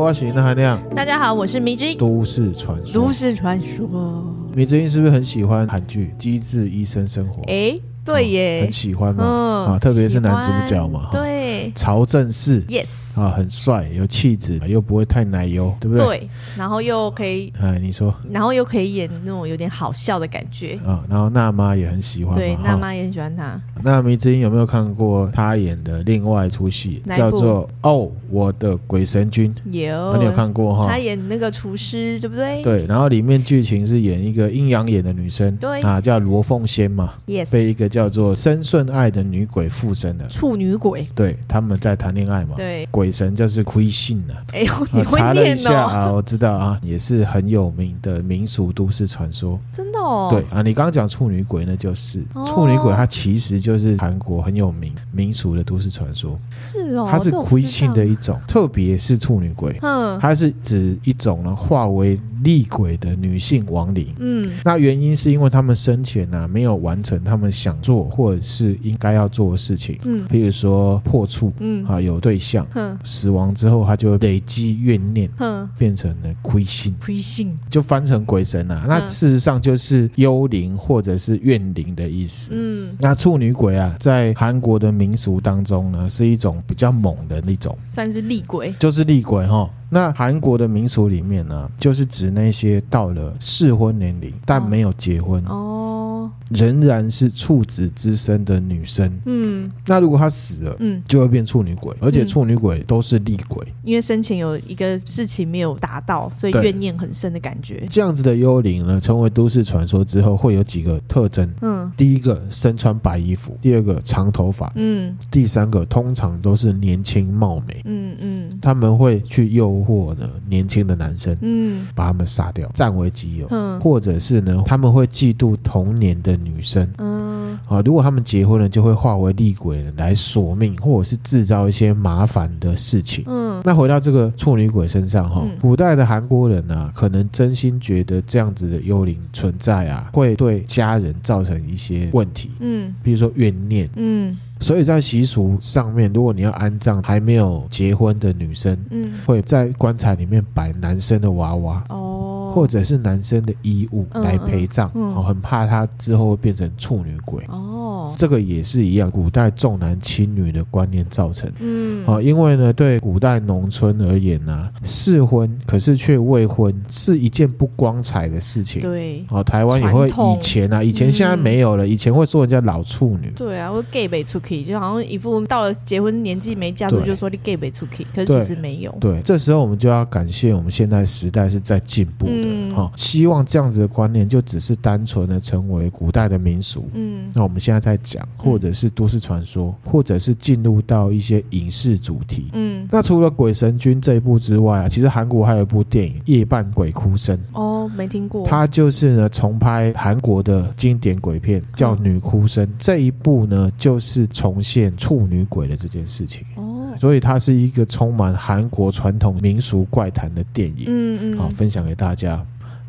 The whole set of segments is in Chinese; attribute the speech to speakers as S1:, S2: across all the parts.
S1: 我是林含亮，
S2: 大家好，我是迷之音
S1: 都市传说
S2: 都。市传说。
S1: 迷之音是不是很喜欢韩剧《机智医生生活》？
S2: 哎，对耶
S1: 很，喜欢嘛、
S2: 嗯
S1: 啊，特别是男主角嘛，哈
S2: 对
S1: 曹正奭
S2: ，yes，
S1: 啊，很帅，有气质，又不会太奶油，对不对？
S2: 对，然后又可以，
S1: 哎，你说
S2: 然后又可以演那种有点好笑的感觉。
S1: 啊，然后娜妈也很喜欢嘛，
S2: 对，
S1: 哈
S2: 娜妈也很喜欢他。
S1: 那迷之音有没有看过他演的另外一出戏，
S2: 哪一
S1: 叫
S2: 部
S1: 做《哦，我的鬼神君》？啊
S2: 有
S1: 你有，看过哈
S2: 他？演那个厨师，对不对？
S1: 对，然后里面剧情是演一个阴阳眼的女生，
S2: 对
S1: 啊，叫罗凤仙嘛，
S2: ，yes，
S1: 被一个叫做深顺爱的女鬼附身了。
S2: 处女鬼。
S1: 对，他们在谈恋爱嘛。
S2: 对，
S1: 鬼神就是亏信啊。
S2: 哎呦，
S1: 我
S2: 你
S1: 查了
S2: 会
S1: 一
S2: 念
S1: 下
S2: 哦，
S1: 啊，我知道啊，也是很有名的民俗都市传说。
S2: 真的哦。
S1: 对，啊，你刚刚讲处女鬼，那就是、
S2: 哦
S1: 处女鬼，它其实就是韩国很有名民俗的都市传说，
S2: 是哦，
S1: 它是
S2: 这我不
S1: 亏
S2: 知
S1: 信
S2: 道
S1: 的。一种，特别是处女鬼，
S2: 嗯
S1: 它是指一种呢化为厉鬼的女性亡灵。
S2: 嗯，
S1: 那原因是因为他们生前呐、没有完成他们想做或者是应该要做的事情，
S2: 嗯
S1: 譬如说破处
S2: 嗯
S1: 啊，有对象，
S2: 哼
S1: 死亡之后他就会累积怨念，
S2: 哼，
S1: 变成了亏心，
S2: 亏信。
S1: 就翻成鬼神啊。那
S2: 嗯
S1: 事实上就是幽灵或者是怨灵的意思。
S2: 嗯，
S1: 那处女鬼啊，在韩国的民俗当中呢，是一种比较猛的那种，
S2: 算是厉鬼。
S1: 就是厉鬼哈。那韩国的民俗里面呢，就是指那些到了适婚年龄但
S2: 哦
S1: 没有结婚，
S2: 哦，
S1: 仍然是处子之身的女生，
S2: 嗯
S1: 那如果她死了，
S2: 嗯，
S1: 就会变处女鬼，而且
S2: 嗯
S1: 处女鬼都是厉鬼。
S2: 因为生前有一个事情没有达到，所以
S1: 对
S2: 怨念很深的感觉。
S1: 这样子的幽灵呢，成为都市传说之后，会有几个特征：
S2: 嗯
S1: 第一个，身穿白衣服；第二个，长头发；
S2: 嗯
S1: 第三个，通常都是年轻貌美。
S2: 嗯嗯
S1: 他们会去诱惑呢年轻的男生，
S2: 嗯
S1: 把他们杀掉，占为己有，
S2: 嗯
S1: 或者是呢，他们会嫉妒同年的女生，
S2: 嗯
S1: 啊，如果他们结婚了，就会化为厉鬼人来索命，或者是制造一些麻烦的事情。
S2: 嗯，
S1: 那回到这个处女鬼身上哈、
S2: 嗯
S1: 古代的韩国人啊，可能真心觉得这样子的幽灵存在啊，会对家人造成一些问题，
S2: 嗯
S1: 比如说怨念。
S2: 嗯
S1: 所以在习俗上面，如果你要安葬还没有结婚的女生，
S2: 嗯，
S1: 会在棺材里面摆男生的娃娃。
S2: 哦，
S1: 或者是男生的衣物
S2: 嗯
S1: 来陪葬，
S2: 嗯嗯
S1: 哦，很怕他之后会变成处女鬼。
S2: 哦，
S1: 这个也是一样，古代重男轻女的观念造成。
S2: 嗯
S1: 啊，因为呢，对古代农村而言呢、适婚可是却未婚是一件不光彩的事情。
S2: 对
S1: 哦，台湾也会
S2: 传统嗯
S1: 以前啊，以前现在没有了，以前会说人家老处女，
S2: 对啊，我 gay 北出 k 就好像一副到了结婚年纪没嫁出
S1: 对
S2: 就说你 gay 北出 k 可是
S1: 对
S2: 其实没有。
S1: 对，这时候我们就要感谢我们现代时代是在进步的
S2: 嗯
S1: 哈、哦希望这样子的观念就只是单纯的成为古代的民俗。
S2: 嗯
S1: 那我们现在在讲，或者是都市传说，或者是进入到一些影视主题。
S2: 嗯，
S1: 那除了《鬼神君》这一部之外啊，其实韩国还有一部电影《夜半鬼哭声》，
S2: 哦，没听过。
S1: 它就是呢重拍韩国的经典鬼片，叫《女哭声》。这一部呢就是重现处女鬼的这件事情，
S2: 哦，
S1: 所以它是一个充满韩国传统民俗怪谈的电影。
S2: 嗯嗯，
S1: 好，分享给大家。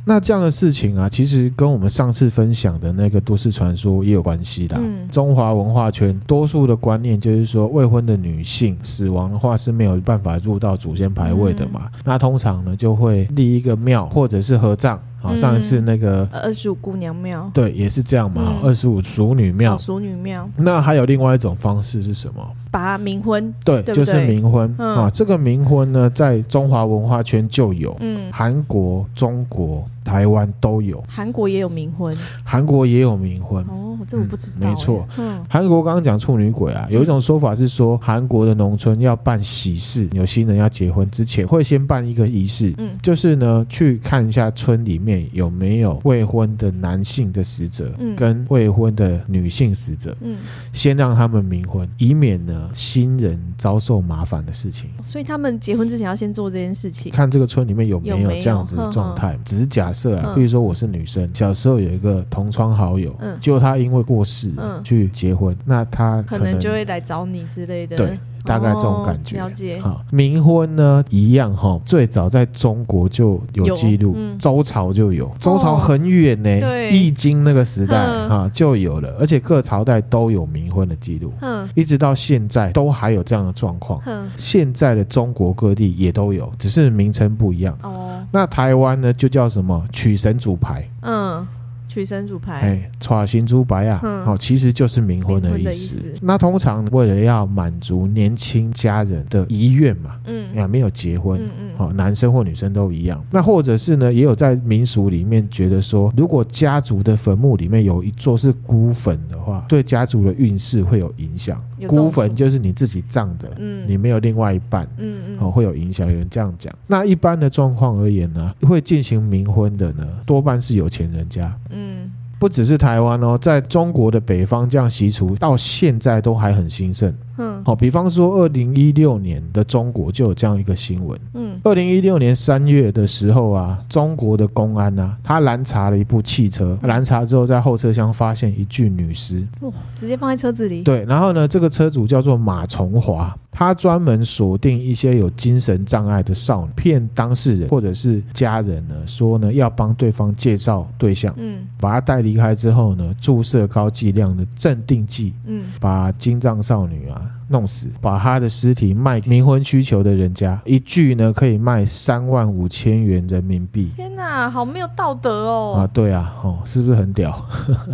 S1: 那这样的事情啊，其实跟我们上次分享的那个都市传说也有关系啦。
S2: 嗯
S1: 中华文化圈多数的观念就是说，未婚的女性死亡的话是没有办法入到祖先牌位的嘛。
S2: 嗯
S1: 那通常呢，就会立一个庙或者是合葬。好，
S2: 嗯
S1: 上一次那个、
S2: 二十五姑娘庙、
S1: 对也是这样嘛，
S2: 嗯
S1: 二十五熟女庙。
S2: 哦熟女庙，
S1: 那还有另外一种方式是什么？
S2: 把冥婚。
S1: 对，
S2: 对不
S1: 就是
S2: 对
S1: 冥婚、
S2: 嗯
S1: 啊。这个冥婚呢，在中华文化圈就有。
S2: 嗯，
S1: 韩国、中国、台湾都有，
S2: 韩国也有冥婚。
S1: 韩国也有冥婚。
S2: 哦，这我不知道、
S1: 嗯没错，
S2: 嗯
S1: 韩国刚刚讲处女鬼啊，有一种说法是说，韩国的农村要办喜事，有新人要结婚之前，会先办一个仪式，
S2: 嗯
S1: 就是呢，去看一下村里面有没有未婚的男性的死者，
S2: 嗯
S1: 跟未婚的女性死者，
S2: 嗯，
S1: 先让他们冥婚，以免呢新人遭受麻烦的事情。
S2: 所以他们结婚之前要先做这件事情。
S1: 看这个村里面有没
S2: 有
S1: 有
S2: 没有
S1: 这样子的状态。只是假设啊，
S2: 嗯
S1: 比如说我是女生，小时候有一个同窗好友，
S2: 嗯
S1: 就他因因为过世
S2: 嗯
S1: 去结婚，那他
S2: 可能就会来找你之类的。
S1: 对，大概这种感觉。
S2: 哦了解。
S1: 好，冥婚呢一样哈，最早在中国就有记录
S2: 有，嗯哦
S1: 周朝就有，周朝很远呢、
S2: 对
S1: 易经那个时代
S2: 嗯
S1: 哈就有了，而且各朝代都有冥婚的记录，
S2: 嗯
S1: 一直到现在都还有这样的状况。
S2: 哼，
S1: 现在的中国各地也都有，只是名称不一样。
S2: 哦，
S1: 那台湾呢，就叫什么取神主牌，
S2: 嗯，取神主牌，
S1: 哎，耍行猪白啊，
S2: 嗯
S1: 好、其实就是冥婚的
S2: 冥婚
S1: 意
S2: 的意
S1: 思。
S2: 思
S1: 那通常为了要满足年轻家人的遗愿嘛，
S2: 嗯
S1: 啊，没有结婚，哦
S2: 嗯嗯，
S1: 好、男生或女生都一样。那或者是呢，也有在民俗里面觉得说，如果家族的坟墓里面有一座是孤坟的话，对家族的运势会有影响。
S2: 嗯有这种
S1: 孤坟
S2: 说
S1: 就是你自己葬的，
S2: 嗯，
S1: 你没有另外一半。
S2: 嗯
S1: 哦，
S2: 嗯
S1: 会有影响，有人这样讲。那一般的状况而言呢，会进行冥婚的呢，多半是有钱人家，
S2: 嗯，
S1: 不只是台湾哦，在中国的北方这样习俗到现在都还很兴盛。
S2: 嗯
S1: 好、比方说二零一六年的中国就有这样一个新闻。
S2: 嗯
S1: 二零一六年三月的时候啊，中国的公安啊，他拦查了一部汽车，拦查之后在后车厢发现一具女尸。
S2: 嗯，哇，直接放在车子里，
S1: 对，然后呢，这个车主叫做马崇华，他专门锁定一些有精神障碍的少女，骗当事人或者是家人呢，说呢要帮对方介绍对象，
S2: 嗯
S1: 把他带离开之后呢，注射高剂量的镇定剂，
S2: 嗯
S1: 把精障少女啊弄死，把她的尸体卖冥婚需求的人家，一具呢可以卖三万五千元人民币。
S2: 天哪，好没有道德
S1: 啊，
S2: 哦！
S1: 对啊，哦，是不是很屌？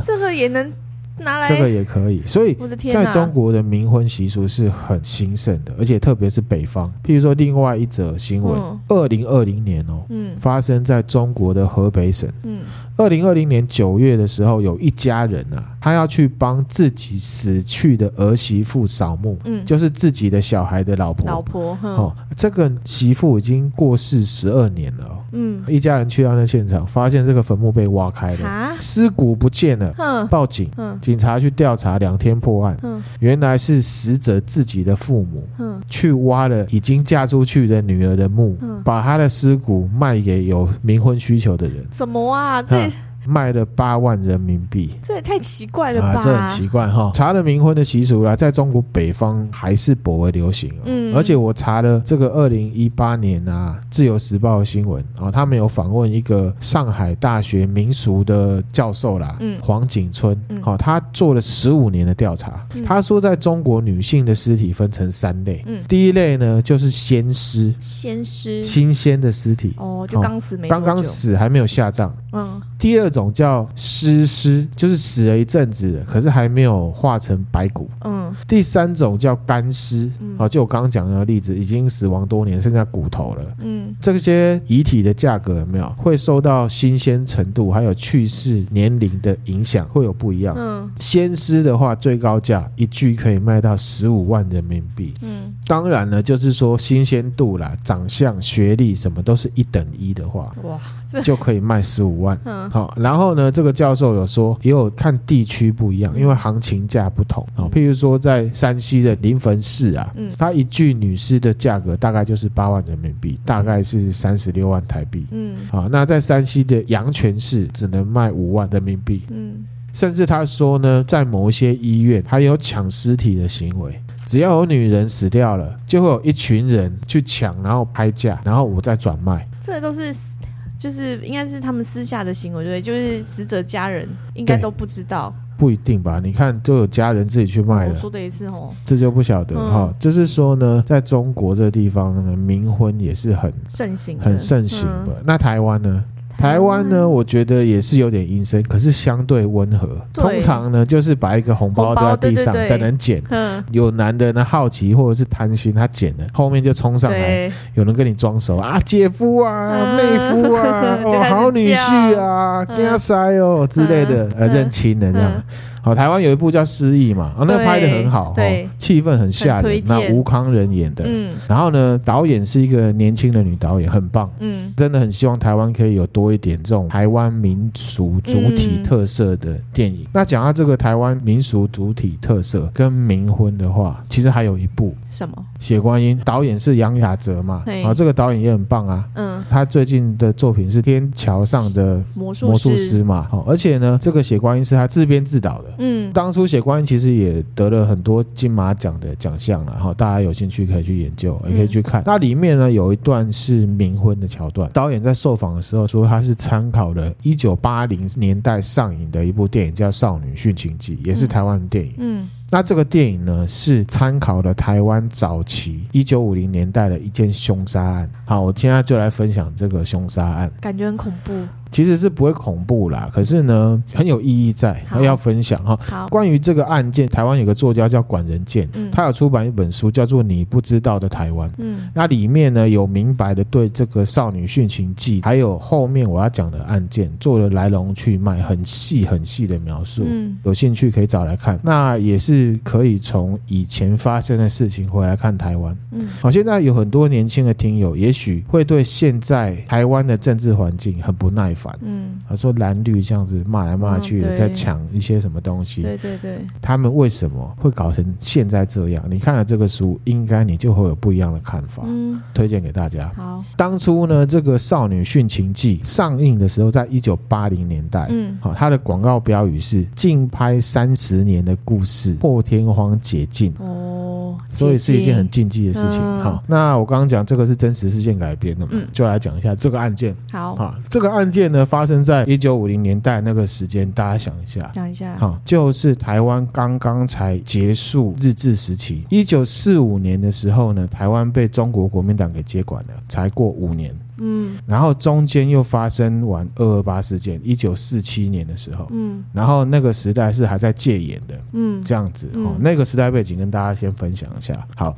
S2: 这个也能拿来，
S1: 这个也可以，所以
S2: 我的天
S1: 在
S2: 哪！
S1: 中国的冥婚习俗是很兴盛的，而且特别是北方。譬如说，另外一则新闻
S2: 嗯，
S1: 二零二零年哦，
S2: 嗯
S1: 发生在中国的河北省。
S2: 嗯
S1: 二零二零年九月的时候，有一家人啊，他要去帮自己死去的儿媳妇扫墓，
S2: 嗯，
S1: 就是自己的小孩的老婆。
S2: 老婆，嗯哼
S1: 哦，这个媳妇已经过世十二年了、哦。
S2: 嗯，
S1: 一家人去到那现场，发现这个坟墓被挖开了，
S2: 哈，嗯
S1: 尸骨不见了，
S2: 哼
S1: 报警。
S2: 哼
S1: 警察去调查，两天破案。
S2: 哼
S1: 原来是死者自己的父母
S2: 哼，
S1: 去挖了已经嫁出去的女儿的墓，
S2: 嗯
S1: 把她的尸骨卖给有冥婚需求的人，
S2: 什么啊？这
S1: 啊
S2: 也
S1: 卖了八万人民币。
S2: 这也太啊奇怪了吧？
S1: 啊这很奇怪哈！查了冥婚的习俗啦，在中国北方还是颇为流行、哦。
S2: 嗯
S1: 而且我查了这个二零一八年啊，《自由时报》的新闻啊、哦，他们有访问一个上海大学民俗的教授啦，
S2: 嗯
S1: 黄景春，好、
S2: 嗯
S1: 他做了十五年的调查，
S2: 嗯
S1: 他说在中国女性的尸体分成三类，
S2: 嗯
S1: 第一类呢就是鲜尸，
S2: 先师
S1: 新鲜的尸体，
S2: 哦，就刚死没多
S1: 刚
S2: 久
S1: 刚，死还没有下葬。
S2: 嗯
S1: 第二种叫尸尸，就是死了一阵子，可是还没有化成白骨。
S2: 嗯
S1: 第三种叫干尸，
S2: 嗯
S1: 好、就我刚刚讲的例子，已经死亡多年，剩下骨头了。
S2: 嗯
S1: 这些遗体的价格有没有会受到新鲜程度还有去世年龄的影响，会有不一样。
S2: 嗯
S1: 鲜尸的话，最高价一具可以卖到十五万人民币。
S2: 嗯，
S1: 当然呢，就是说新鲜度啦、长相、学历什么都是一等一的话，
S2: 哇，这
S1: 就可以卖十五万。
S2: 嗯
S1: 好，然后呢，这个教授有说，也有看地区不一
S2: 嗯
S1: 样，因为行情价不同啊、哦。譬如说，在山西的临汾市啊，
S2: 嗯
S1: 它一具女尸的价格大概就是八万人民币，大概是三十六万台币。
S2: 嗯
S1: 好，那在山西的阳泉市只能卖五万人民币，
S2: 嗯，
S1: 甚至他说呢，在某一些医院还有抢尸体的行为。只要有女人死掉了，就会有一群人去抢，然后拍价，然后我再转卖。
S2: 这都是私。就是应该是他们私下的行为，对不对，就是死者家人应该
S1: 对
S2: 都不知道。
S1: 不一定吧？你看，都有家人自己去卖
S2: 我
S1: 了。
S2: 说的也是哦，
S1: 这就不晓得
S2: 嗯
S1: 哈、就是说呢，在中国这地方呢，冥婚也是很
S2: 盛行的
S1: 很盛行
S2: 嗯
S1: 的。那台湾呢？台湾呢，我觉得也是有点阴森，可是相对温和。
S2: 对
S1: 通常呢，就是把一个红包
S2: 红
S1: 掉
S2: 包
S1: 在地上，
S2: 对对对
S1: 等人捡。
S2: 嗯，
S1: 有男的呢好奇或者是贪心，他捡了，后面就冲上来，
S2: 对，
S1: 有人跟你装熟啊，姐夫啊，
S2: 嗯
S1: 妹夫啊，
S2: 就
S1: 哦，
S2: 开始
S1: 好女婿啊，
S2: 叫
S1: 跟他塞哦之类的，呃，
S2: 嗯
S1: 认亲人这样
S2: 嗯。
S1: 好，台湾有一部叫《失忆》嘛，啊，那个
S2: 对
S1: 拍的很好，哦
S2: 对，
S1: 气氛很吓
S2: 很推
S1: 人。那
S2: 荐
S1: 吴康仁演的，
S2: 嗯
S1: 然后呢，导演是一个年轻的女导演，很棒。
S2: 嗯
S1: 真的很希望台湾可以有多一点这种台湾民俗主体特色的电影。那讲到这个台湾民俗主体特色跟冥婚的话，其实还有一部
S2: 什么？
S1: 《血观音》，导演是杨雅哲嘛，
S2: 对
S1: 啊，这个导演也很棒啊。
S2: 嗯，
S1: 他最近的作品是《天桥上的
S2: 魔术
S1: 魔术
S2: 师，
S1: 师》嘛，哦，而且呢，这个《血观音》是他自编自导的，了。
S2: 嗯，
S1: 当初写观音其实也得了很多金马奖的奖项了哈，大家有兴趣可以去研究，也可以去看。那里面呢有一段是冥婚的桥段，导演在受访的时候说他是参考了一九八零年代上映的一部电影叫《少女殉情记》，也是
S2: 嗯
S1: 台湾的电影。
S2: 嗯
S1: 那这个电影呢，是参考了台湾早期一九五零年代的一件凶杀案。好，我现在就来分享这个凶杀案，
S2: 感觉很恐怖。
S1: 其实是不会恐怖啦，可是呢很有意义在，
S2: 好
S1: 要分享哈。
S2: 好，
S1: 关于这个案件，台湾有个作家叫管仁健，
S2: 嗯
S1: 他有出版一本书叫做《你不知道的台湾》。
S2: 嗯
S1: 那里面呢有明白的对这个少女殉情记，还有后面我要讲的案件做了来龙去脉，很细很细的描述。
S2: 嗯
S1: 有兴趣可以找来看，那也是可以从以前发生的事情回来看台湾。
S2: 嗯
S1: 好，现在有很多年轻的听友，也许会对现在台湾的政治环境很不耐烦。
S2: 嗯，
S1: 他说蓝绿这样子骂来骂去的，
S2: 嗯对
S1: 在抢一些什么东西，
S2: 对对对，
S1: 他们为什么会搞成现在这样？你看了这个书，应该你就会有不一样的看法。
S2: 嗯
S1: 推荐给大家。
S2: 好，
S1: 当初呢，这个《少女殉情记》上映的时候，在一九八零年代，
S2: 嗯
S1: 好，它的广告标语是“竞拍三十年的故事，破天荒解禁”。
S2: 哦，
S1: 所以是一件很
S2: 姐
S1: 禁忌的事情。
S2: 嗯
S1: 好，那我刚刚讲这个是真实事件改编的嘛，
S2: 嗯哦
S1: 就来讲一下这个案件。
S2: 姐好
S1: 好，这个案件呢发生在一九五零年代那个时间，大家想一下，
S2: 讲一下，
S1: 好，就是台湾刚刚才结束日治时期，一九四五年的时候呢，台湾被中国国民党给接管了，才过五年，
S2: 嗯
S1: 然后中间又发生完二二八事件，一九四七年的时候，
S2: 嗯
S1: 然后那个时代是还在戒严的
S2: 嗯，
S1: 这样子哦
S2: 嗯，
S1: 那个时代背景跟大家先分享一下，好。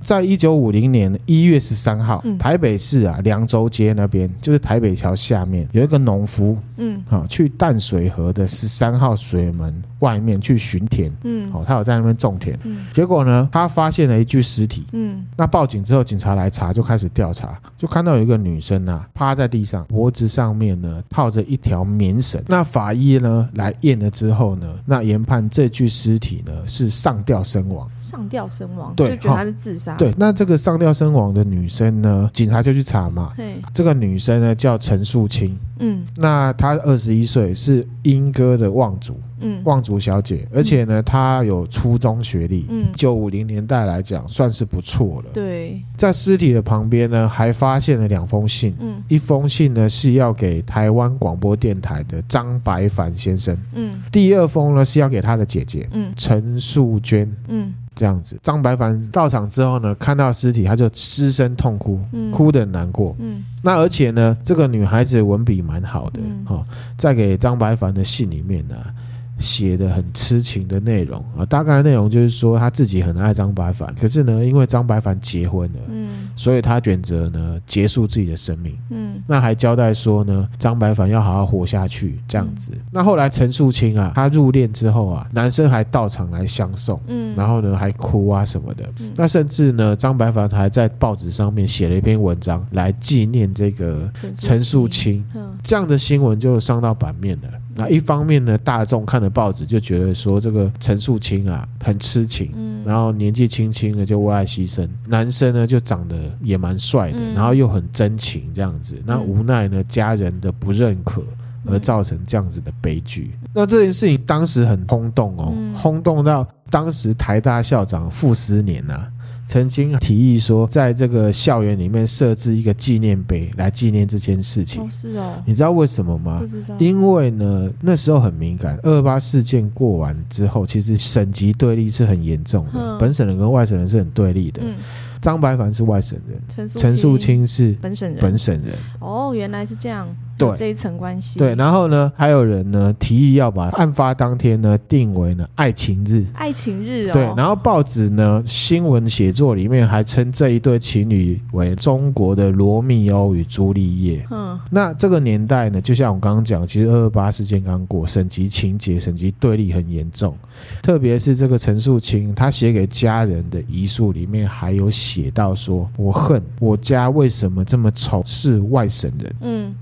S1: 在一九五零年一月十三号，
S2: 嗯
S1: 台北市啊凉州街那边，就是台北桥下面有一个农夫，
S2: 嗯
S1: 啊，去淡水河的十三号水门外面去巡田，
S2: 嗯
S1: 哦，他有在那边种田。
S2: 嗯
S1: 结果呢，他发现了一具尸体。
S2: 嗯
S1: 那报警之后，警察来查，就开始调查，就看到有一个女生啊，趴在地上，脖子上面呢套着一条棉绳。那法医呢来验了之后呢，那研判这具尸体呢是上吊身亡。
S2: 上吊身亡，
S1: 对
S2: 就觉得
S1: 好
S2: 他是自杀，，
S1: 对，那这个上吊身亡的女生呢，警察就去查嘛。
S2: 嘿，
S1: 这个女生呢叫陈素清，
S2: 嗯
S1: 那她二十一岁，是英歌的望族。
S2: 嗯
S1: 望族小姐，而且呢，她有初中学历，
S2: 嗯，
S1: 九五零年代来讲算是不错了。
S2: 对，
S1: 在尸体的旁边呢，还发现了两封信，
S2: 嗯
S1: 一封信呢是要给台湾广播电台的张白凡先生，
S2: 嗯
S1: 第二封呢是要给他的姐姐
S2: 嗯
S1: 陈素娟。
S2: 嗯
S1: 这样子，张白凡到场之后呢，看到尸体，他就失声痛哭，
S2: 嗯，
S1: 哭得很难过。
S2: 嗯
S1: 那而且呢，这个女孩子文笔蛮好的，
S2: 嗯
S1: 哦，在给张白凡的信里面呢、写的很痴情的内容啊，大概的内容就是说她自己很爱张白凡，可是呢，因为张白凡结婚了，
S2: 嗯
S1: 所以她选择呢结束自己的生命。
S2: 嗯
S1: 那还交代说呢，张白凡要好好活下去这样子。
S2: 嗯
S1: 那后来陈素清啊，她入殓之后啊，男生还到场来相送。
S2: 嗯，
S1: 然后呢还哭啊什么的
S2: 嗯。
S1: 那甚至呢，张白凡还在报纸上面写了一篇文章来纪念这个陈
S2: 淑
S1: 素
S2: 清，
S1: 清。
S2: 嗯
S1: 这样的新闻就上到版面了。那一方面呢，大众看了报纸就觉得说这个陈素清啊很痴情，
S2: 嗯，
S1: 然后年纪轻轻的就为爱牺牲。男生呢就长得也蛮帅的，
S2: 嗯
S1: 然后又很真情这样子。那无奈呢家人的不认可，
S2: 嗯
S1: 而造成这样子的悲剧。那这件事情当时很轰动哦，
S2: 嗯
S1: 轰动到当时台大校长傅斯年呐、曾经提议说，在这个校园里面设置一个纪念碑来纪念这件事情。
S2: 哦是哦，
S1: 你知道为什么吗
S2: 不？知道，
S1: 因为呢，那时候很敏感，二八事件过完之后，其实省级对立是很严重的，
S2: 嗯
S1: 本省人跟外省人是很对立的。
S2: 嗯，
S1: 张白凡是外省人，
S2: 陈淑
S1: 陈素清是
S2: 本省人，
S1: 本省人。
S2: 哦原来是这样，
S1: 对
S2: 有这一层关系，
S1: 对，，然后呢，还有人呢提议要把案发当天呢定为呢爱情日。
S2: 爱情日哦，
S1: 对，然后报纸呢新闻写作里面还称这一对情侣为中国的罗密欧与朱丽叶。
S2: 嗯
S1: 那这个年代呢，就像我刚刚讲，其实二二八事件刚过，省级情节、省级对立很严重，特别是这个陈树清，他写给家人的遗书里面还有写到说：“我恨我家为什么这么仇视外省人。”
S2: 嗯。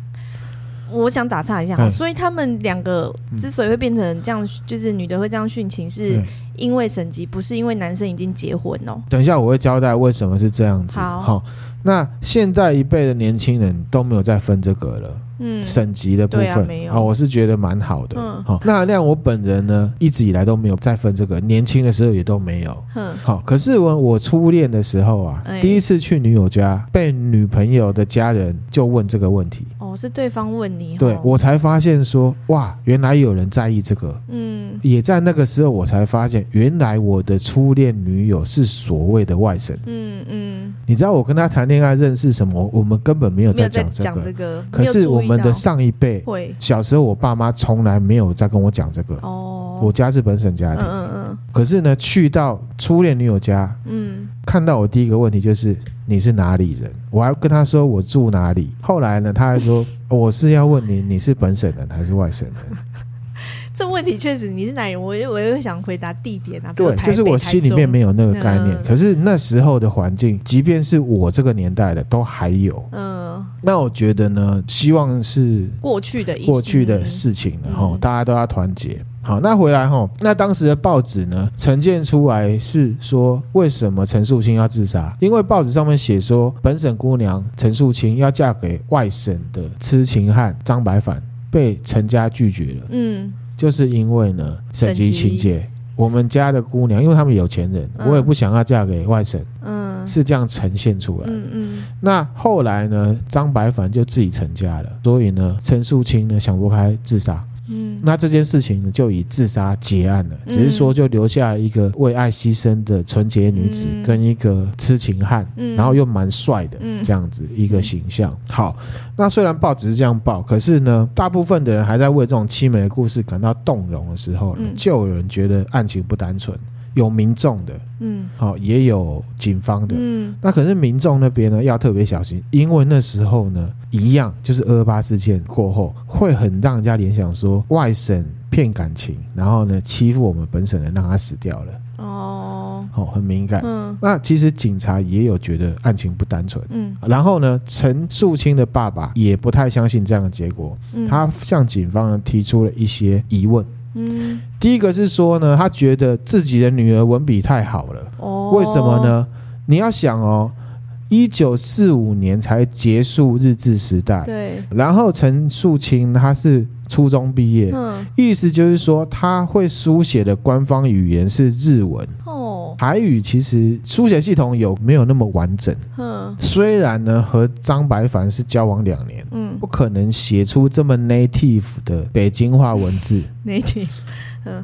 S2: 我想打岔一下哈，
S1: 嗯
S2: 所以他们两个之所以会变成这样，就是女的会这样殉情，是
S1: 嗯
S2: 因为省级，不是因为男生已经结婚哦。
S1: 等一下我会交代为什么是这样子。
S2: 好
S1: 那现在一辈的年轻人都没有再分这个了。
S2: 嗯，
S1: 省级的部
S2: 对啊
S1: 分哦
S2: 没有
S1: 我是觉得蛮好的。
S2: 嗯
S1: 好、那亮我本人呢，一直以来都没有再分这个，年轻的时候也都没有。
S2: 哼，
S1: 好、可是我我初恋的时候啊，
S2: 哎
S1: 第一次去女友家，被女朋友的家人就问这个问题，
S2: 哦，是对方问你，哦
S1: 对
S2: 吼，
S1: 我才发现说，哇，原来有人在意这个。
S2: 嗯
S1: 也在那个时候，我才发现，原来我的初恋女友是所谓的外省。
S2: 嗯嗯，
S1: 你知道我跟她谈恋爱认识什么？我们根本没有
S2: 没
S1: 在
S2: 有在
S1: 讲这
S2: 讲
S1: 个。
S2: 这个，
S1: 可
S2: 没
S1: 是
S2: 有注
S1: 我
S2: 意
S1: 们的
S2: 到
S1: 上一辈，
S2: 会
S1: 小时候我爸妈从来没有在跟我讲这个。
S2: 哦，
S1: 我家是本省家
S2: 嗯
S1: 庭，
S2: 嗯
S1: 可是呢，去到初恋女友家，
S2: 嗯
S1: 看到我第一个问题就是你是哪里人？我还跟她说我住哪里。后来呢，她还 说我是要问你，你是本省人还是外省人？
S2: 嗯，这问题确实你是哪人，我也我也会想回答地点啊，比如
S1: 对，
S2: 台
S1: 就是
S2: 北
S1: 我心里面，
S2: 台
S1: 没有那个概念。
S2: 嗯
S1: 可是那时候的环境，即便是我这个年代的，都还有。
S2: 中嗯，
S1: 那我觉得呢，希望是
S2: 过去的意思
S1: 过去的事情了哈，
S2: 嗯
S1: 大家都要团结。好，那回来哈，那当时的报纸呢，呈现出来是说为什么陈素清要自杀？因为报纸上面写说，本省姑娘陈素清要嫁给外省的痴情汉张白凡，被陈家拒绝了，
S2: 嗯
S1: 就是因为呢省
S2: 省
S1: 级
S2: 级
S1: 情节。我们家的姑娘，因为他们有钱人，
S2: 嗯
S1: 我也不想要嫁给外省，
S2: 嗯
S1: 是这样呈现出来的。
S2: 嗯嗯
S1: 那后来呢，张白凡就自己成家了，所以呢，陈素清呢想不开自杀。
S2: 嗯，
S1: 那这件事情呢，就以自杀结案了，
S2: 嗯
S1: 只是说就留下了一个为爱牺牲的纯洁女子
S2: 嗯
S1: 跟一个痴情汉，
S2: 嗯
S1: 然后又蛮帅的
S2: 嗯
S1: 这样子一个形象。好，那虽然报纸是这样报，可是呢，大部分的人还在为这种凄美的故事感到动容的时候呢，
S2: 嗯
S1: 就有人觉得案情不单纯，有民众的，
S2: 嗯
S1: 好、也有警方的，
S2: 嗯
S1: 那可是民众那边呢要特别小心，因为那时候呢，一样就是二二八事件过后，会很让人家联想说外省骗感情，然后呢欺负我们本省人，让他死掉了，
S2: 哦
S1: 哦，很敏感。
S2: 嗯
S1: 那其实警察也有觉得案情不单纯。
S2: 嗯
S1: 然后呢，陈素清的爸爸也不太相信这样的结果，
S2: 嗯，
S1: 他向警方呢提出了一些疑问。
S2: 嗯
S1: 第一个是说呢，他觉得自己的女儿文笔太好了，
S2: 哦，
S1: 为什么？呢？你要想哦，一九四五年才结束日治时代，
S2: 对，
S1: 然后陈素清她是初中毕业，
S2: 嗯
S1: 意思就是说她会书写的官方语言是日文，
S2: 哦
S1: 台语其实书写系统有没有那么完整？
S2: 哼
S1: 虽然呢和张白凡是交往两年。
S2: 嗯
S1: 不可能写出这么 native 的北京话文字，
S2: 哪题？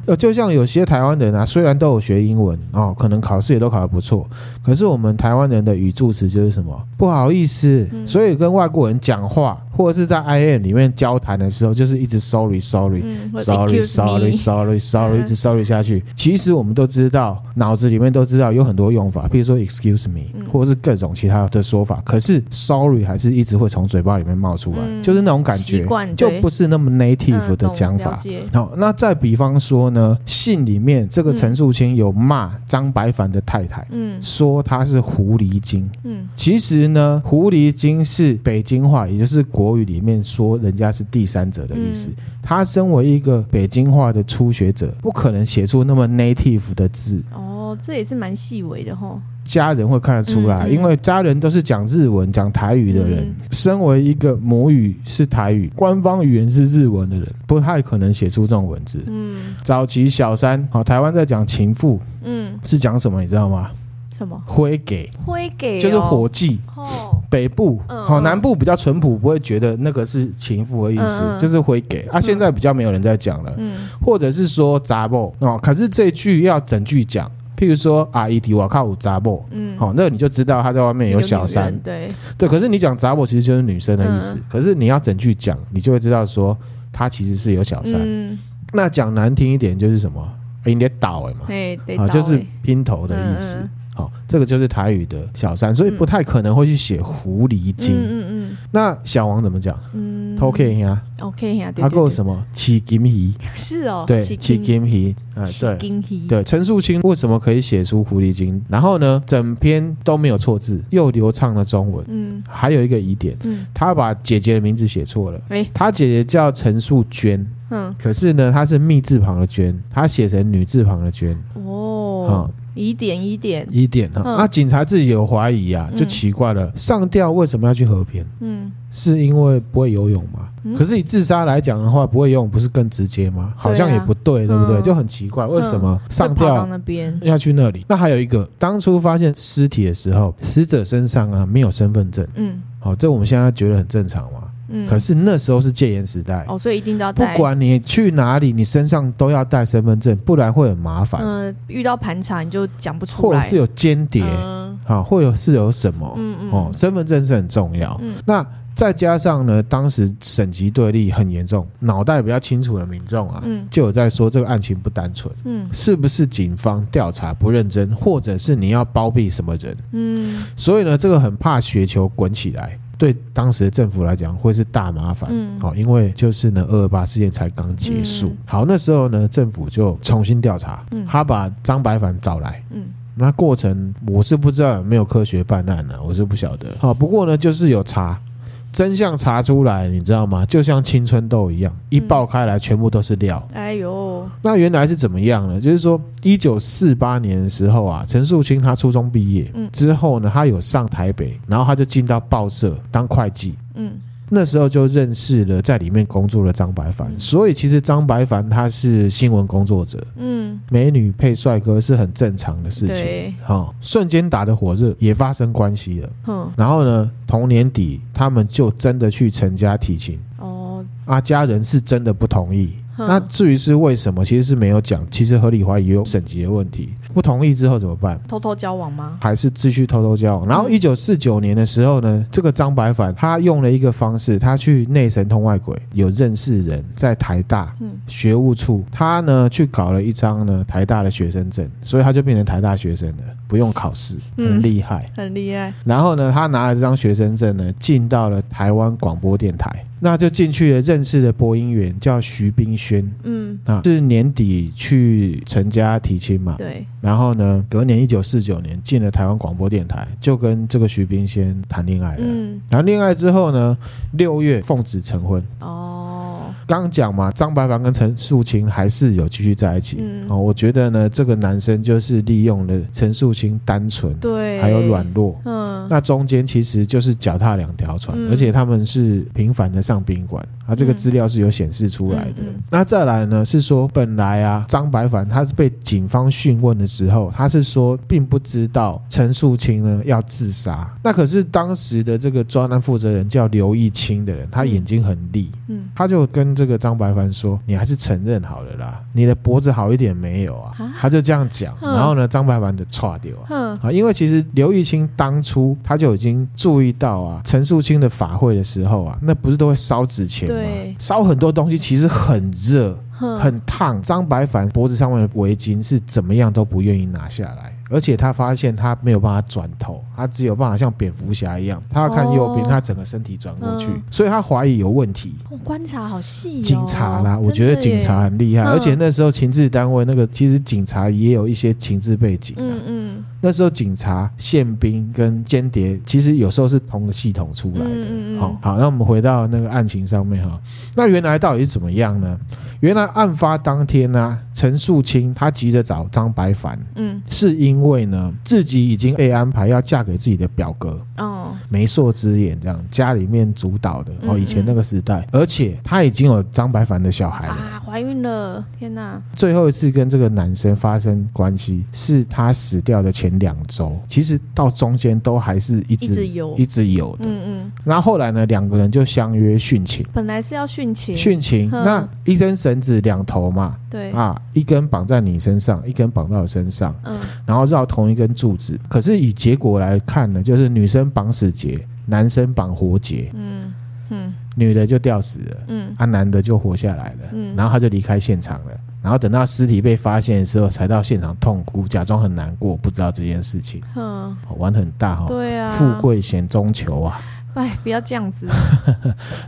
S1: 呃，就像有些台湾人啊，虽然都有学英文哦，可能考试也都考得不错，可是我们台湾人的语助词就是什么不好意思，
S2: 嗯
S1: 所以跟外国人讲话或者是在 I N 里面交谈的时候，就是一直 sorry sorry。
S2: 嗯
S1: Sorry, sorry, sorry, sorry，
S2: 嗯
S1: 一直 sorry 下去。其实我们都知道，脑子里面都知道有很多用法，比如说 excuse me，
S2: 嗯
S1: 或者是各种其他的说法。可是 sorry 还是一直会从嘴巴里面冒出来，
S2: 嗯
S1: 就是那种感
S2: 习
S1: 觉，
S2: 惯
S1: 就
S2: 对嗯
S1: 不是那么 native 的讲
S2: 嗯懂了
S1: 法。
S2: 解
S1: 好，那再比方说呢，信里面这个陈素清有骂张白凡的太太，
S2: 嗯
S1: 说她是狐狸精。
S2: 嗯
S1: 其实呢，狐狸精是北京话，也就是国语里面说人家是第三者的意思。
S2: 嗯
S1: 她身为一个北京话的初学者，不可能写出那么 native 的字，
S2: 哦，这也是蛮细微的吼。
S1: 家人会看得出来，
S2: 嗯嗯
S1: 因为家人都是讲日文、讲台语的人，
S2: 嗯
S1: 身为一个母语是台语、官方语言是日文的人，不太可能写出这种文字。
S2: 嗯
S1: 早期小三，好，台湾在讲情妇
S2: 嗯，
S1: 是讲什么，你知道吗？
S2: 什么
S1: 挥给
S2: 会给哦
S1: 就是火计，
S2: 哦，
S1: 北部
S2: 嗯
S1: 好、
S2: 嗯
S1: 南部比较淳朴，不会觉得那个是情妇的意思，
S2: 嗯嗯
S1: 就是挥给啊。现在比较没有人在讲了，
S2: 嗯
S1: 或者是说杂布哦，可是这句要整句讲，譬如说阿姨提我靠有杂布。
S2: 嗯，
S1: 好、那你就知道他在外哦面有小
S2: 女
S1: 三
S2: 人，对，
S1: 对。可是你讲杂布其实就是女生的意思，
S2: 嗯
S1: 可是你要整句讲，你就会知道说他其实是有小三。
S2: 嗯，应
S1: 那讲难听一点就是什么？哎，你得倒哎嘛，
S2: 哎，得
S1: 啊，
S2: 倒
S1: 就是
S2: 欸
S1: 拼头的意思
S2: 嗯嗯。
S1: 好、这个就是台语的小三，所以不太可能会去写狐狸精。
S2: 嗯嗯
S1: 那小王怎么讲？
S2: 嗯嗯
S1: 偷 K 呀，
S2: ，OK 呀，对
S1: 他
S2: 对
S1: 给我
S2: 对
S1: 什么？起金鱼，
S2: 是哦，
S1: 对，
S2: 起
S1: 起金鱼，啊，
S2: 起
S1: 对。
S2: 金鱼，
S1: 对，陈素清为什么可以写出狐狸精？然后呢，整篇都没有错字，又流畅的中文。
S2: 嗯
S1: 还有一个疑点，
S2: 嗯
S1: 他把姐姐的名字写错了。
S2: 哎
S1: 他姐姐叫陈素娟，
S2: 嗯，
S1: 可是呢，她是密字旁的娟，她写成女字旁的娟。
S2: 哦
S1: 啊，
S2: 疑点疑点，
S1: 疑点啊，
S2: 嗯
S1: 那警察自己有怀疑啊，
S2: 嗯
S1: 就奇怪了，上吊为什么要去河边？
S2: 嗯
S1: 是因为不会游泳吗？
S2: 嗯啊
S1: 可是以自杀来讲的话，不会游泳不是更直接吗？好像也不对，对不对？
S2: 嗯
S1: 就很奇怪，为什么上
S2: 会跑
S1: 吊
S2: 到那边，
S1: 要去那里？那还有一个，当初发现尸体的时候，死者身上啊没有身份证，
S2: 嗯
S1: 好、这我们现在觉得很正常嘛。
S2: 嗯，
S1: 可是那时候是戒严时代，
S2: 哦，所以一定都要
S1: 不
S2: 带，
S1: 管你去哪里，你身上都要带身份证，不然会很麻烦，
S2: 嗯、遇到盘查你就讲不出
S1: 或者
S2: 来
S1: 是，有间谍，
S2: 嗯
S1: 好、或者是有什么，
S2: 嗯嗯
S1: 哦，身份证是很重要。
S2: 嗯
S1: 那再加上呢，当时省级对立很严重，脑袋比较清楚的民众啊，
S2: 嗯
S1: 就有在说这个案情不单纯，
S2: 嗯
S1: 是不是警方调查不认真，或者是你要包庇什么人？
S2: 嗯
S1: 所以呢，这个很怕雪球滚起来。对当时的政府来讲，会是大麻烦。
S2: 嗯
S1: 好、因为就是呢，二二八事件才刚结束。
S2: 嗯
S1: 好，那时候呢，政府就重新调查，
S2: 嗯
S1: 他把张白凡找来，
S2: 嗯
S1: 那过程我是不知道有没有科学办案啊呢、我是不晓得。好，不过呢，就是有查真相查出来，你知道吗？就像青春痘一
S2: 嗯
S1: 样，一爆开来全部都是料。
S2: 哎呦，
S1: 那原来是怎么样呢？就是说，一九四八年的时候啊，陈树清他初中毕业，
S2: 嗯
S1: 之后呢，他有上台北，然后他就进到报社当会计。
S2: 嗯
S1: 那时候就认识了在里面工作的张白凡，所以其实张白凡他是新闻工作者，
S2: 嗯，
S1: 美女配帅哥是很正常的事情。
S2: 对，
S1: 好、哦瞬间打得火热，也发生关系了。
S2: 哼，
S1: 然后呢，同年底他们就真的去陈家提亲，
S2: 哦，
S1: 啊，家人是真的不同意。
S2: 哼
S1: 那至于是为什么，其实是没有讲。其实合理怀疑也有省级的问题，不同意之后怎么办？
S2: 偷偷交往吗？
S1: 还是继续偷偷交往。然后，
S2: 嗯
S1: 一九四九年的时候呢，这个张白凡他用了一个方式，他去内神通外鬼，有认识人在台大
S2: 嗯
S1: 学务处，他呢去搞了一张呢台大的学生证，所以他就变成台大学生了，不用考试，很
S2: 嗯
S1: 厉害。
S2: 很厉害，
S1: 然后呢，他拿了这张学生证呢，进到了台湾广播电台，那就进去了认识的播音员叫徐冰轩。
S2: 嗯，
S1: 啊，是年底去陈家提亲嘛，
S2: 对，
S1: 然后呢，隔年一九四九年进了台湾广播电台，就跟这个徐冰先谈恋爱了。
S2: 嗯，
S1: 谈恋爱之后呢，六月奉子成婚。
S2: 哦，
S1: 刚讲嘛，张白凡跟陈素琴还是有继续在一起。
S2: 嗯
S1: 哦，我觉得呢，这个男生就是利用了陈素琴单纯，
S2: 对，
S1: 还有软，弱。
S2: 嗯
S1: 那中间其实就是脚踏两条船，
S2: 嗯
S1: 而且他们是频繁的上宾馆，啊，这个资料是有显示出来的。
S2: 嗯嗯
S1: 那再来呢，是说本来啊，张白凡他是被警方讯问的时候，他是说并不知道陈树清呢要自杀，那可是当时的这个专案负责人叫刘义清的人，他眼睛很利。
S2: 嗯，
S1: 他就跟这个张白凡说：“你还是承认好了啦，你的脖子好一点没有啊
S2: 啊？”
S1: 他就这样讲，
S2: 嗯
S1: 然后呢，张白凡就歘掉啊，
S2: 哼，
S1: 啊，因为其实刘玉清当初他就已经注意到啊，陈树清的法会的时候啊，那不是都会烧纸钱吗
S2: 对？嗯
S1: 烧很多东西，其实很热
S2: 哼，
S1: 很烫。张白凡脖子上面的围巾是怎么样都不愿意拿下来，而且他发现他没有办法转头，他只有办法像蝙蝠侠一样，他要看右边，
S2: 哦
S1: 他整个身体转过去
S2: 嗯，
S1: 所以他怀疑有问题。
S2: 我观察好细哦，
S1: 警察啦，
S2: 真
S1: 我觉得
S2: 的
S1: 警
S2: 耶
S1: 察，很厉害，
S2: 嗯
S1: 而且那时候情治单位那个，其实警察也有一些情治背景、啊，
S2: 嗯嗯
S1: 那时候警察、宪兵跟间谍其实有时候是同个系统出来的。
S2: 嗯嗯嗯
S1: 好、好，那我们回到那个案情上面哈、那原来到底是怎么样呢？原来案发当天呢、陈树清他急着找张白凡，
S2: 嗯，
S1: 是因为呢自己已经被安排要嫁给自己的表哥。
S2: 哦，
S1: 媒妁之言，这样家里面主导的哦，
S2: 嗯嗯
S1: 以前那个时代，而且他已经有张白凡的小孩了。
S2: 啊，怀孕了，天哪，
S1: 最后一次跟这个男生发生关系是他死掉的前两周，其实到中间都还是一直
S2: 一直有
S1: 一直有的。
S2: 嗯嗯，
S1: 然后后来呢，两个人就相约殉情，
S2: 本来是要殉情，
S1: 殉情
S2: 嗯
S1: 那一根绳子两头嘛，
S2: 对，
S1: 啊，一根绑在你身上，一根绑到我身上，
S2: 嗯
S1: 然后绕同一根柱子。可是以结果来看呢，就是女生绑死结，男生绑活结，
S2: 嗯嗯
S1: 女的就吊死了。
S2: 嗯，
S1: 啊，男的就活下来了，
S2: 嗯
S1: 然后他就离开现场了。然后等到尸体被发现的时候，才到现场痛哭，假装很难过，不知道这件事情，
S2: 哼，
S1: 哦玩很大哈、哦，
S2: 对啊，
S1: 富，贵险中求啊。
S2: 哎，不要这样子，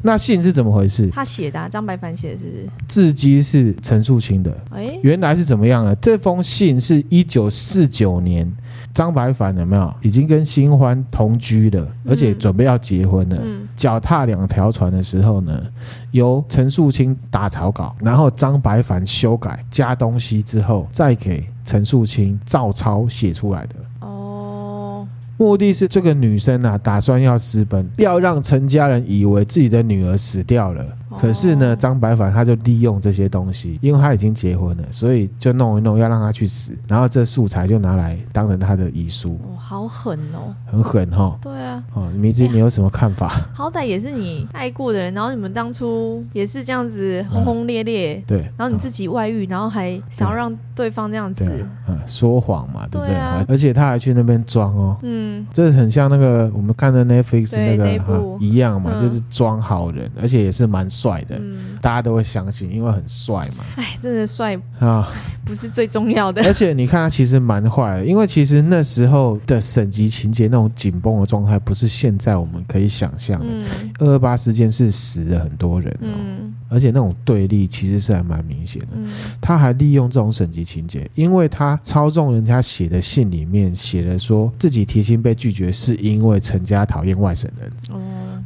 S1: 那信是怎么回事？
S2: 他写的、啊，张白凡写的是不是？
S1: 字迹是陈树清的，
S2: 哎，
S1: 原来是怎么样呢？这封信是一九四九年，张白凡有没有已经跟新欢同居了，而且准备要结婚了。
S2: 嗯
S1: 脚踏两条船的时候呢，由陈树清打草稿，然后张白凡修改加东西之后，再给陈树清照抄写出来的。
S2: 哦，
S1: 目的是这个女生啊，打算要私奔，要让陈家人以为自己的女儿死掉了。可是呢，
S2: 哦
S1: 张白凡他就利用这些东西，因为他已经结婚了，所以就弄一弄，要让他去死。然后这素材就拿来当成他的遗书，
S2: 哦，好狠哦！
S1: 很狠哈。
S2: 对啊，
S1: 哦，迷之，你有什么看法？
S2: 好歹也是你爱过的人，然后你们当初也是这样子
S1: 嗯
S2: 轰轰烈烈，
S1: 对，
S2: 然后你自己外遇，然后还想要让对方这样子
S1: 对，嗯，说谎嘛，对不对？
S2: 对啊
S1: 而且他还去那边装哦，
S2: 嗯，
S1: 这很像那个我们看的 Netflix 那
S2: 对
S1: 个
S2: 那一部
S1: 啊一样嘛，
S2: 嗯
S1: 就是装好人，而且也是蛮帅的，
S2: 嗯，
S1: 大家都会相信，因为很帅
S2: 哎，真的帅
S1: 嘛啊。
S2: 不是最重要的，
S1: 而且你看他其实蛮坏的，因为其实那时候的省级情节那种紧绷的状态，不是现在我们可以想象的。
S2: 嗯
S1: 二二八事件是死了很多人、哦，
S2: 嗯
S1: 而且那种对立其实是还蛮明显的。
S2: 嗯，
S1: 他还利用这种省级情节，因为他操纵人家写的信里面写了说自己提亲被拒绝是因为陈家讨厌外省人，
S2: 哦，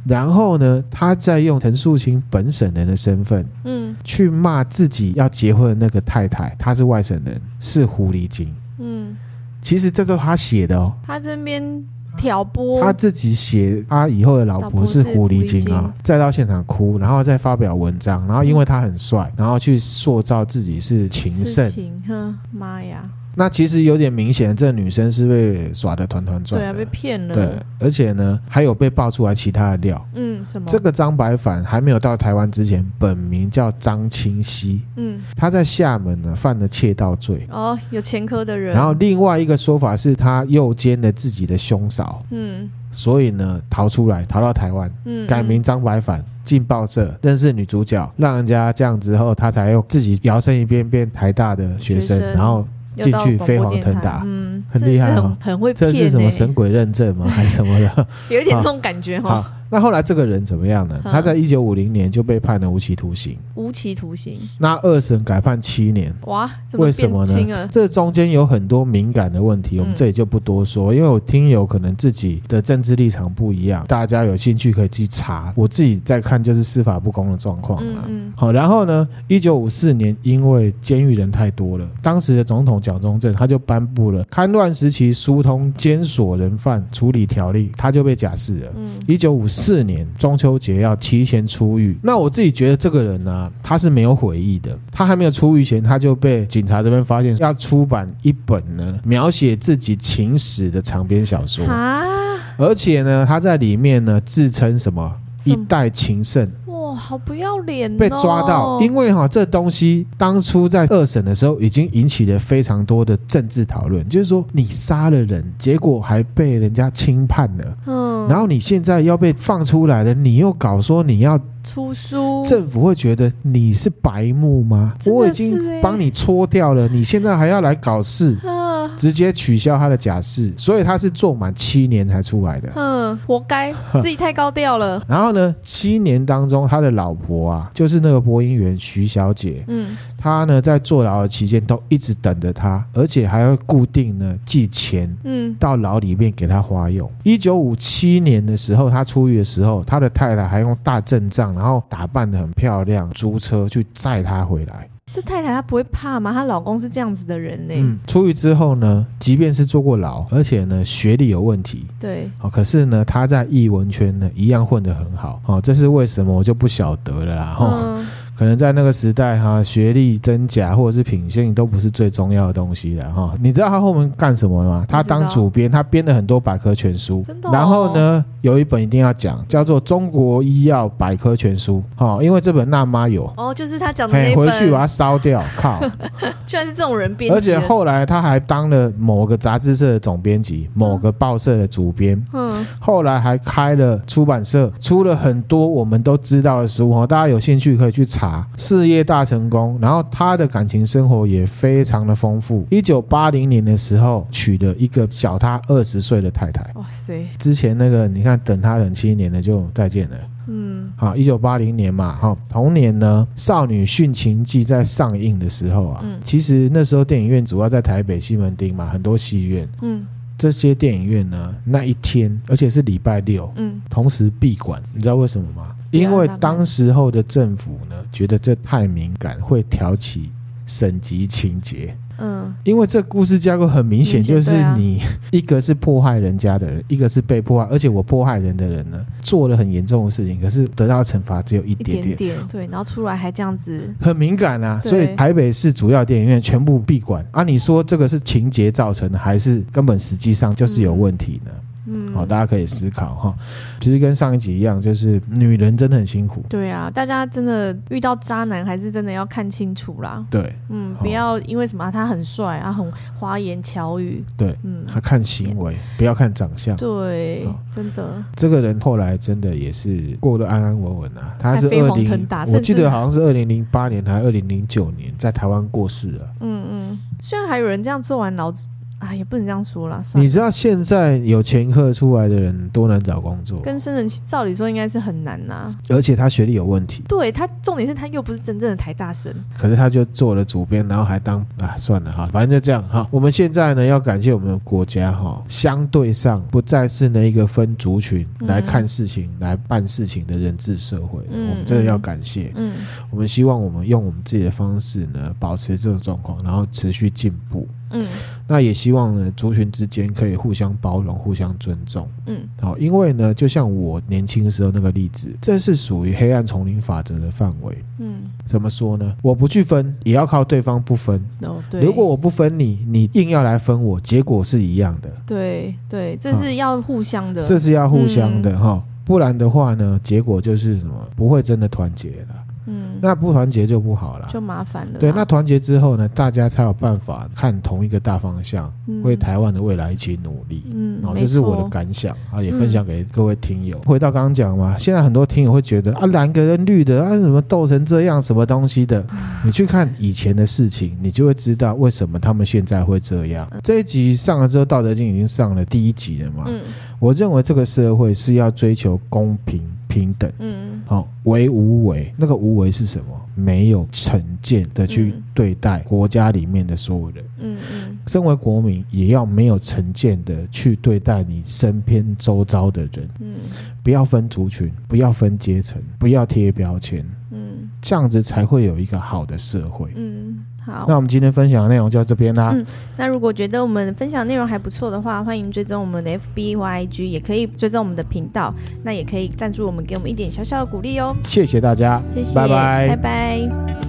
S1: 然后呢，他再用陈素清本省人的身份
S2: 嗯
S1: 去骂自己要结婚的那个太太，她是外省人，是狐狸精。
S2: 嗯，
S1: 其实这都他写的哦，
S2: 他这边挑拨，
S1: 他自己写他以后的老婆是狐狸精
S2: 老婆是狐狸
S1: 啊
S2: 精，
S1: 再到现场哭，然后再发表文章，然后因为他很帅，然后去塑造自己嗯是情圣
S2: 事。情，哼，妈呀，
S1: 那其实有点明显，这女生是被耍的团团转
S2: 对
S1: 的。
S2: 啊，被骗了，
S1: 对，嗯而且呢，还有被爆出来其他的料。
S2: 嗯，什么？
S1: 这，个张白凡还没有到台湾之前，本名叫张清熙，
S2: 嗯，
S1: 他在厦门呢犯了窃盗罪。
S2: 哦，有前科的人，
S1: 然后，另外一个说法是他诱奸了自己的兄嫂，
S2: 嗯
S1: 所以呢逃出来，逃到台湾，
S2: 嗯，
S1: 改名张白凡，进报社认识女主角，让人家这样之后，他才又自己摇身一变变台大的学生，
S2: 学生
S1: 然后
S2: 又到
S1: 进去
S2: 广播
S1: 飞黄
S2: 电
S1: 腾
S2: 台
S1: 达
S2: 嗯，
S1: 很
S2: 真
S1: 厉
S2: 是
S1: 害哦
S2: 很很会骗
S1: 这
S2: 欸，
S1: 是什么神鬼认证吗？还是什么 的？
S2: 有一点这种感觉哈
S1: 好，，那后来这个人怎么样呢？
S2: 嗯
S1: 他在一九五零年就被判了无期徒刑，
S2: 无期徒刑，
S1: 那二审改判七年。
S2: 哇，怎
S1: 为什么
S2: 变轻了
S1: 呢？？这中间有很多敏感的问题，我们
S2: 嗯
S1: 这里就不多说，因为我听友可能自己的政治立场不一样，大家有兴趣可以去查。我自己在看就是司法不公的状况
S2: 嗯
S1: 啊。
S2: 嗯
S1: 好，然后呢？一九五四年，因为监狱人太多了，当时的总统蒋中正他就颁布了《戡乱时期疏通监所人犯处理条例》，他就被假释了。
S2: 嗯
S1: 一九五四年中秋节要提前出狱，那我自己觉得这个人呢、啊他是没有悔意的。他还没有出狱前，他就被警察这边发现要出版一本呢描写自己情史的长篇小说，
S2: 啊，
S1: 而且呢，他在里面呢自称什么一
S2: 什么
S1: 代情圣，
S2: 哇，好不要脸哦，
S1: 被抓到，因为哈、这东西当初在二审的时候已经引起了非常多的政治讨论，就是说你杀了人，结果还被人家轻判了。
S2: 嗯，
S1: 然后你现在要被放出来了，你又搞说你
S2: 嗯
S1: 要
S2: 出书，
S1: 政府会觉得你是白目吗？
S2: 真的
S1: 我已
S2: 是
S1: 经
S2: 欸
S1: 帮你搓掉了，你现在还要来搞事，
S2: 啊，
S1: 直接取消他的假释，所以他是坐满七年才出来的。
S2: 嗯，活该，自己太高调了，
S1: 然后呢，七年当中，他的老婆啊，就是那个播音员徐小姐，
S2: 嗯，
S1: 她呢在坐牢的期间都一直等着他，而且还要固定呢寄钱
S2: 嗯，
S1: 到牢里面给他花用。一九五七年的时候，他出狱的时候，他的太太还用大阵仗，然后打扮得很漂亮，租车去载他回来。
S2: 这太太她不会怕吗？她老公是这样子的人呢、
S1: 嗯，出狱之后呢，即便是坐过牢，而且呢学历有问题。
S2: 对，
S1: 哦，可是呢，他在艺文圈呢一样混得很好，哦，这是为什么我就不晓得了啦，哦，
S2: 嗯，
S1: 可能在那个时代哈、学历真假或者是品性都不是最重要的东西了哈、哦你知道他后面干什么吗？他当
S2: 不知道
S1: 主编，他编了很多百科全书，
S2: 真的、哦。
S1: 然后？呢，有一本一定要讲，叫做《中国医药百科全书》哦，因为这本辣妈有，
S2: 哦，就是他讲的那
S1: 嘿，
S2: 一
S1: 回
S2: 本，
S1: 去把它烧 掉，靠！
S2: 居然是这种人编辑的，
S1: 而且后来他还当了某个杂志社的总编辑，某个报社的主编，
S2: 嗯，
S1: 后来还开了出版社，出了很多我们都知道的书哦，大家有兴趣可以去查，事业大成功。然后他的感情生活也非常的丰富。一九八零年的时候，娶了一个小他二十岁的太太。
S2: 哇塞，
S1: 之前那个，你看等他等七年了就再见了。
S2: 嗯
S1: 好，一九八零年嘛，哈，同年呢，《少女殉情记》在上映的时候啊，
S2: 嗯
S1: 其实那时候电影院主要在台北西门町嘛，很多戏院，
S2: 嗯
S1: 这些电影院呢，那一天，而且是礼拜六，
S2: 嗯，
S1: 同时闭馆，你知道为什么吗？
S2: 对啊
S1: 因为
S2: 他们
S1: 当时候的政府呢，觉得这太敏感，会挑起省级情节，
S2: 嗯、嗯，
S1: 因为这故事架构很明显，
S2: 明显
S1: 就是
S2: 对啊
S1: 你 一个是迫害人家的人，一个是被迫害，而且我迫害人的人呢，做了很严重的事情，可是得到的惩罚只有一
S2: 一
S1: 点点，
S2: 点点，对，然后出来还这样子，
S1: 很敏感啊。
S2: 对
S1: 所以台北市主要电影院全部闭馆啊！你说这个是情节造成的，还是根本实际上就是有问题呢？
S2: 嗯，
S1: 哦好、大家可以思考哈。其实跟上一集一样，就是女人真的很辛苦，
S2: 对啊，大家真的遇到渣男还是真的要看清楚啦，
S1: 对
S2: 嗯，
S1: 好
S2: 不要因为什么啊他很帅啊，很花言巧语，
S1: 对，
S2: 嗯，
S1: 她看行为，不要看长相。
S2: 对
S1: 好，
S2: 真的，
S1: 这个人后来真的也是过得安安稳稳啊，他是
S2: 还飞
S1: 二
S2: 黄
S1: 零
S2: 腾达，
S1: 我
S2: 甚
S1: 记
S2: 至
S1: 得好像是二零零八年还是二零零九年在台湾过世了。
S2: 嗯嗯，虽然还有人这样做完劳资，啊，也不能这样说啦，算
S1: 你
S2: 了，
S1: 知道现在有前科出来的人多难找工作，
S2: 跟生人照理说应该是很难呐、
S1: 而且他学历有问题，
S2: 对他，重点是他又不是真正的台大生，
S1: 可是他就做了主编，然后还当啊算了哈，反正就这样哈。我们现在呢要感谢我们的国家哈，相对上不再是那一个分族群
S2: 嗯
S1: 来看事情、来办事情的人治社会了，
S2: 嗯
S1: 我们真的要感谢。
S2: 嗯，
S1: 我们希望我们用我们自己的方式呢，保持这种状况，然后持续进步。
S2: 嗯
S1: 那也希望呢，族群之间可以互相包容、互相尊重。
S2: 嗯
S1: 好、因为呢，就像我年轻时候那个例子，这是属于黑暗丛林法则的范围。
S2: 嗯，
S1: 怎么说呢？我不去分，也要靠对方不分。
S2: 哦，对，
S1: 如果我不分你，你硬要来分我，结果是一样的。
S2: 对对，这是要互相的，
S1: 啊这是要互相
S2: 嗯
S1: 的哈、不然的话呢，结果就是什么？不会真的团结了。
S2: 嗯，
S1: 那不团结就不好了。
S2: 就麻烦了啦，
S1: 对，那团结之后呢，大家才有办法看同一个大方向，
S2: 嗯
S1: 为台湾的未来一起努力。
S2: 嗯，
S1: 哦，
S2: 没
S1: 这是我的
S2: 错嗯
S1: 感想啊，也分享给各位听友。回到刚刚讲嘛，现在很多听友会觉
S2: 嗯
S1: 得啊，蓝的跟绿的啊，怎么斗成这样，什么东西的？
S2: 嗯
S1: 你去看以前的事情，你就会知道为什么他们现在会这样。这一集上了之后，《道德经》已经上了第一集了嘛。
S2: 嗯嗯
S1: 我认为这个社会是要追求公平平等。
S2: 嗯
S1: 好、为无为，那个无为是什么？没有成见的去
S2: 嗯
S1: 对待国家里面的所有人。
S2: 嗯嗯
S1: 身为国民，也要没有成见的去对待你身边周遭的人，
S2: 嗯
S1: 不要分族群，不要分阶层，不要贴标签，
S2: 嗯
S1: 这样子才会有一个好的社会。
S2: 嗯，好
S1: 那。我们今天分享的内容就到这边啦。
S2: 嗯那如果觉得我们分享内容还不错的话，欢迎追踪我们的 FB 或 IG，也可以追踪我们的频道，那也可以赞助我们，给我们一点小小的鼓励哦。
S1: 谢谢大家，
S2: 谢谢，
S1: 拜拜
S2: 拜拜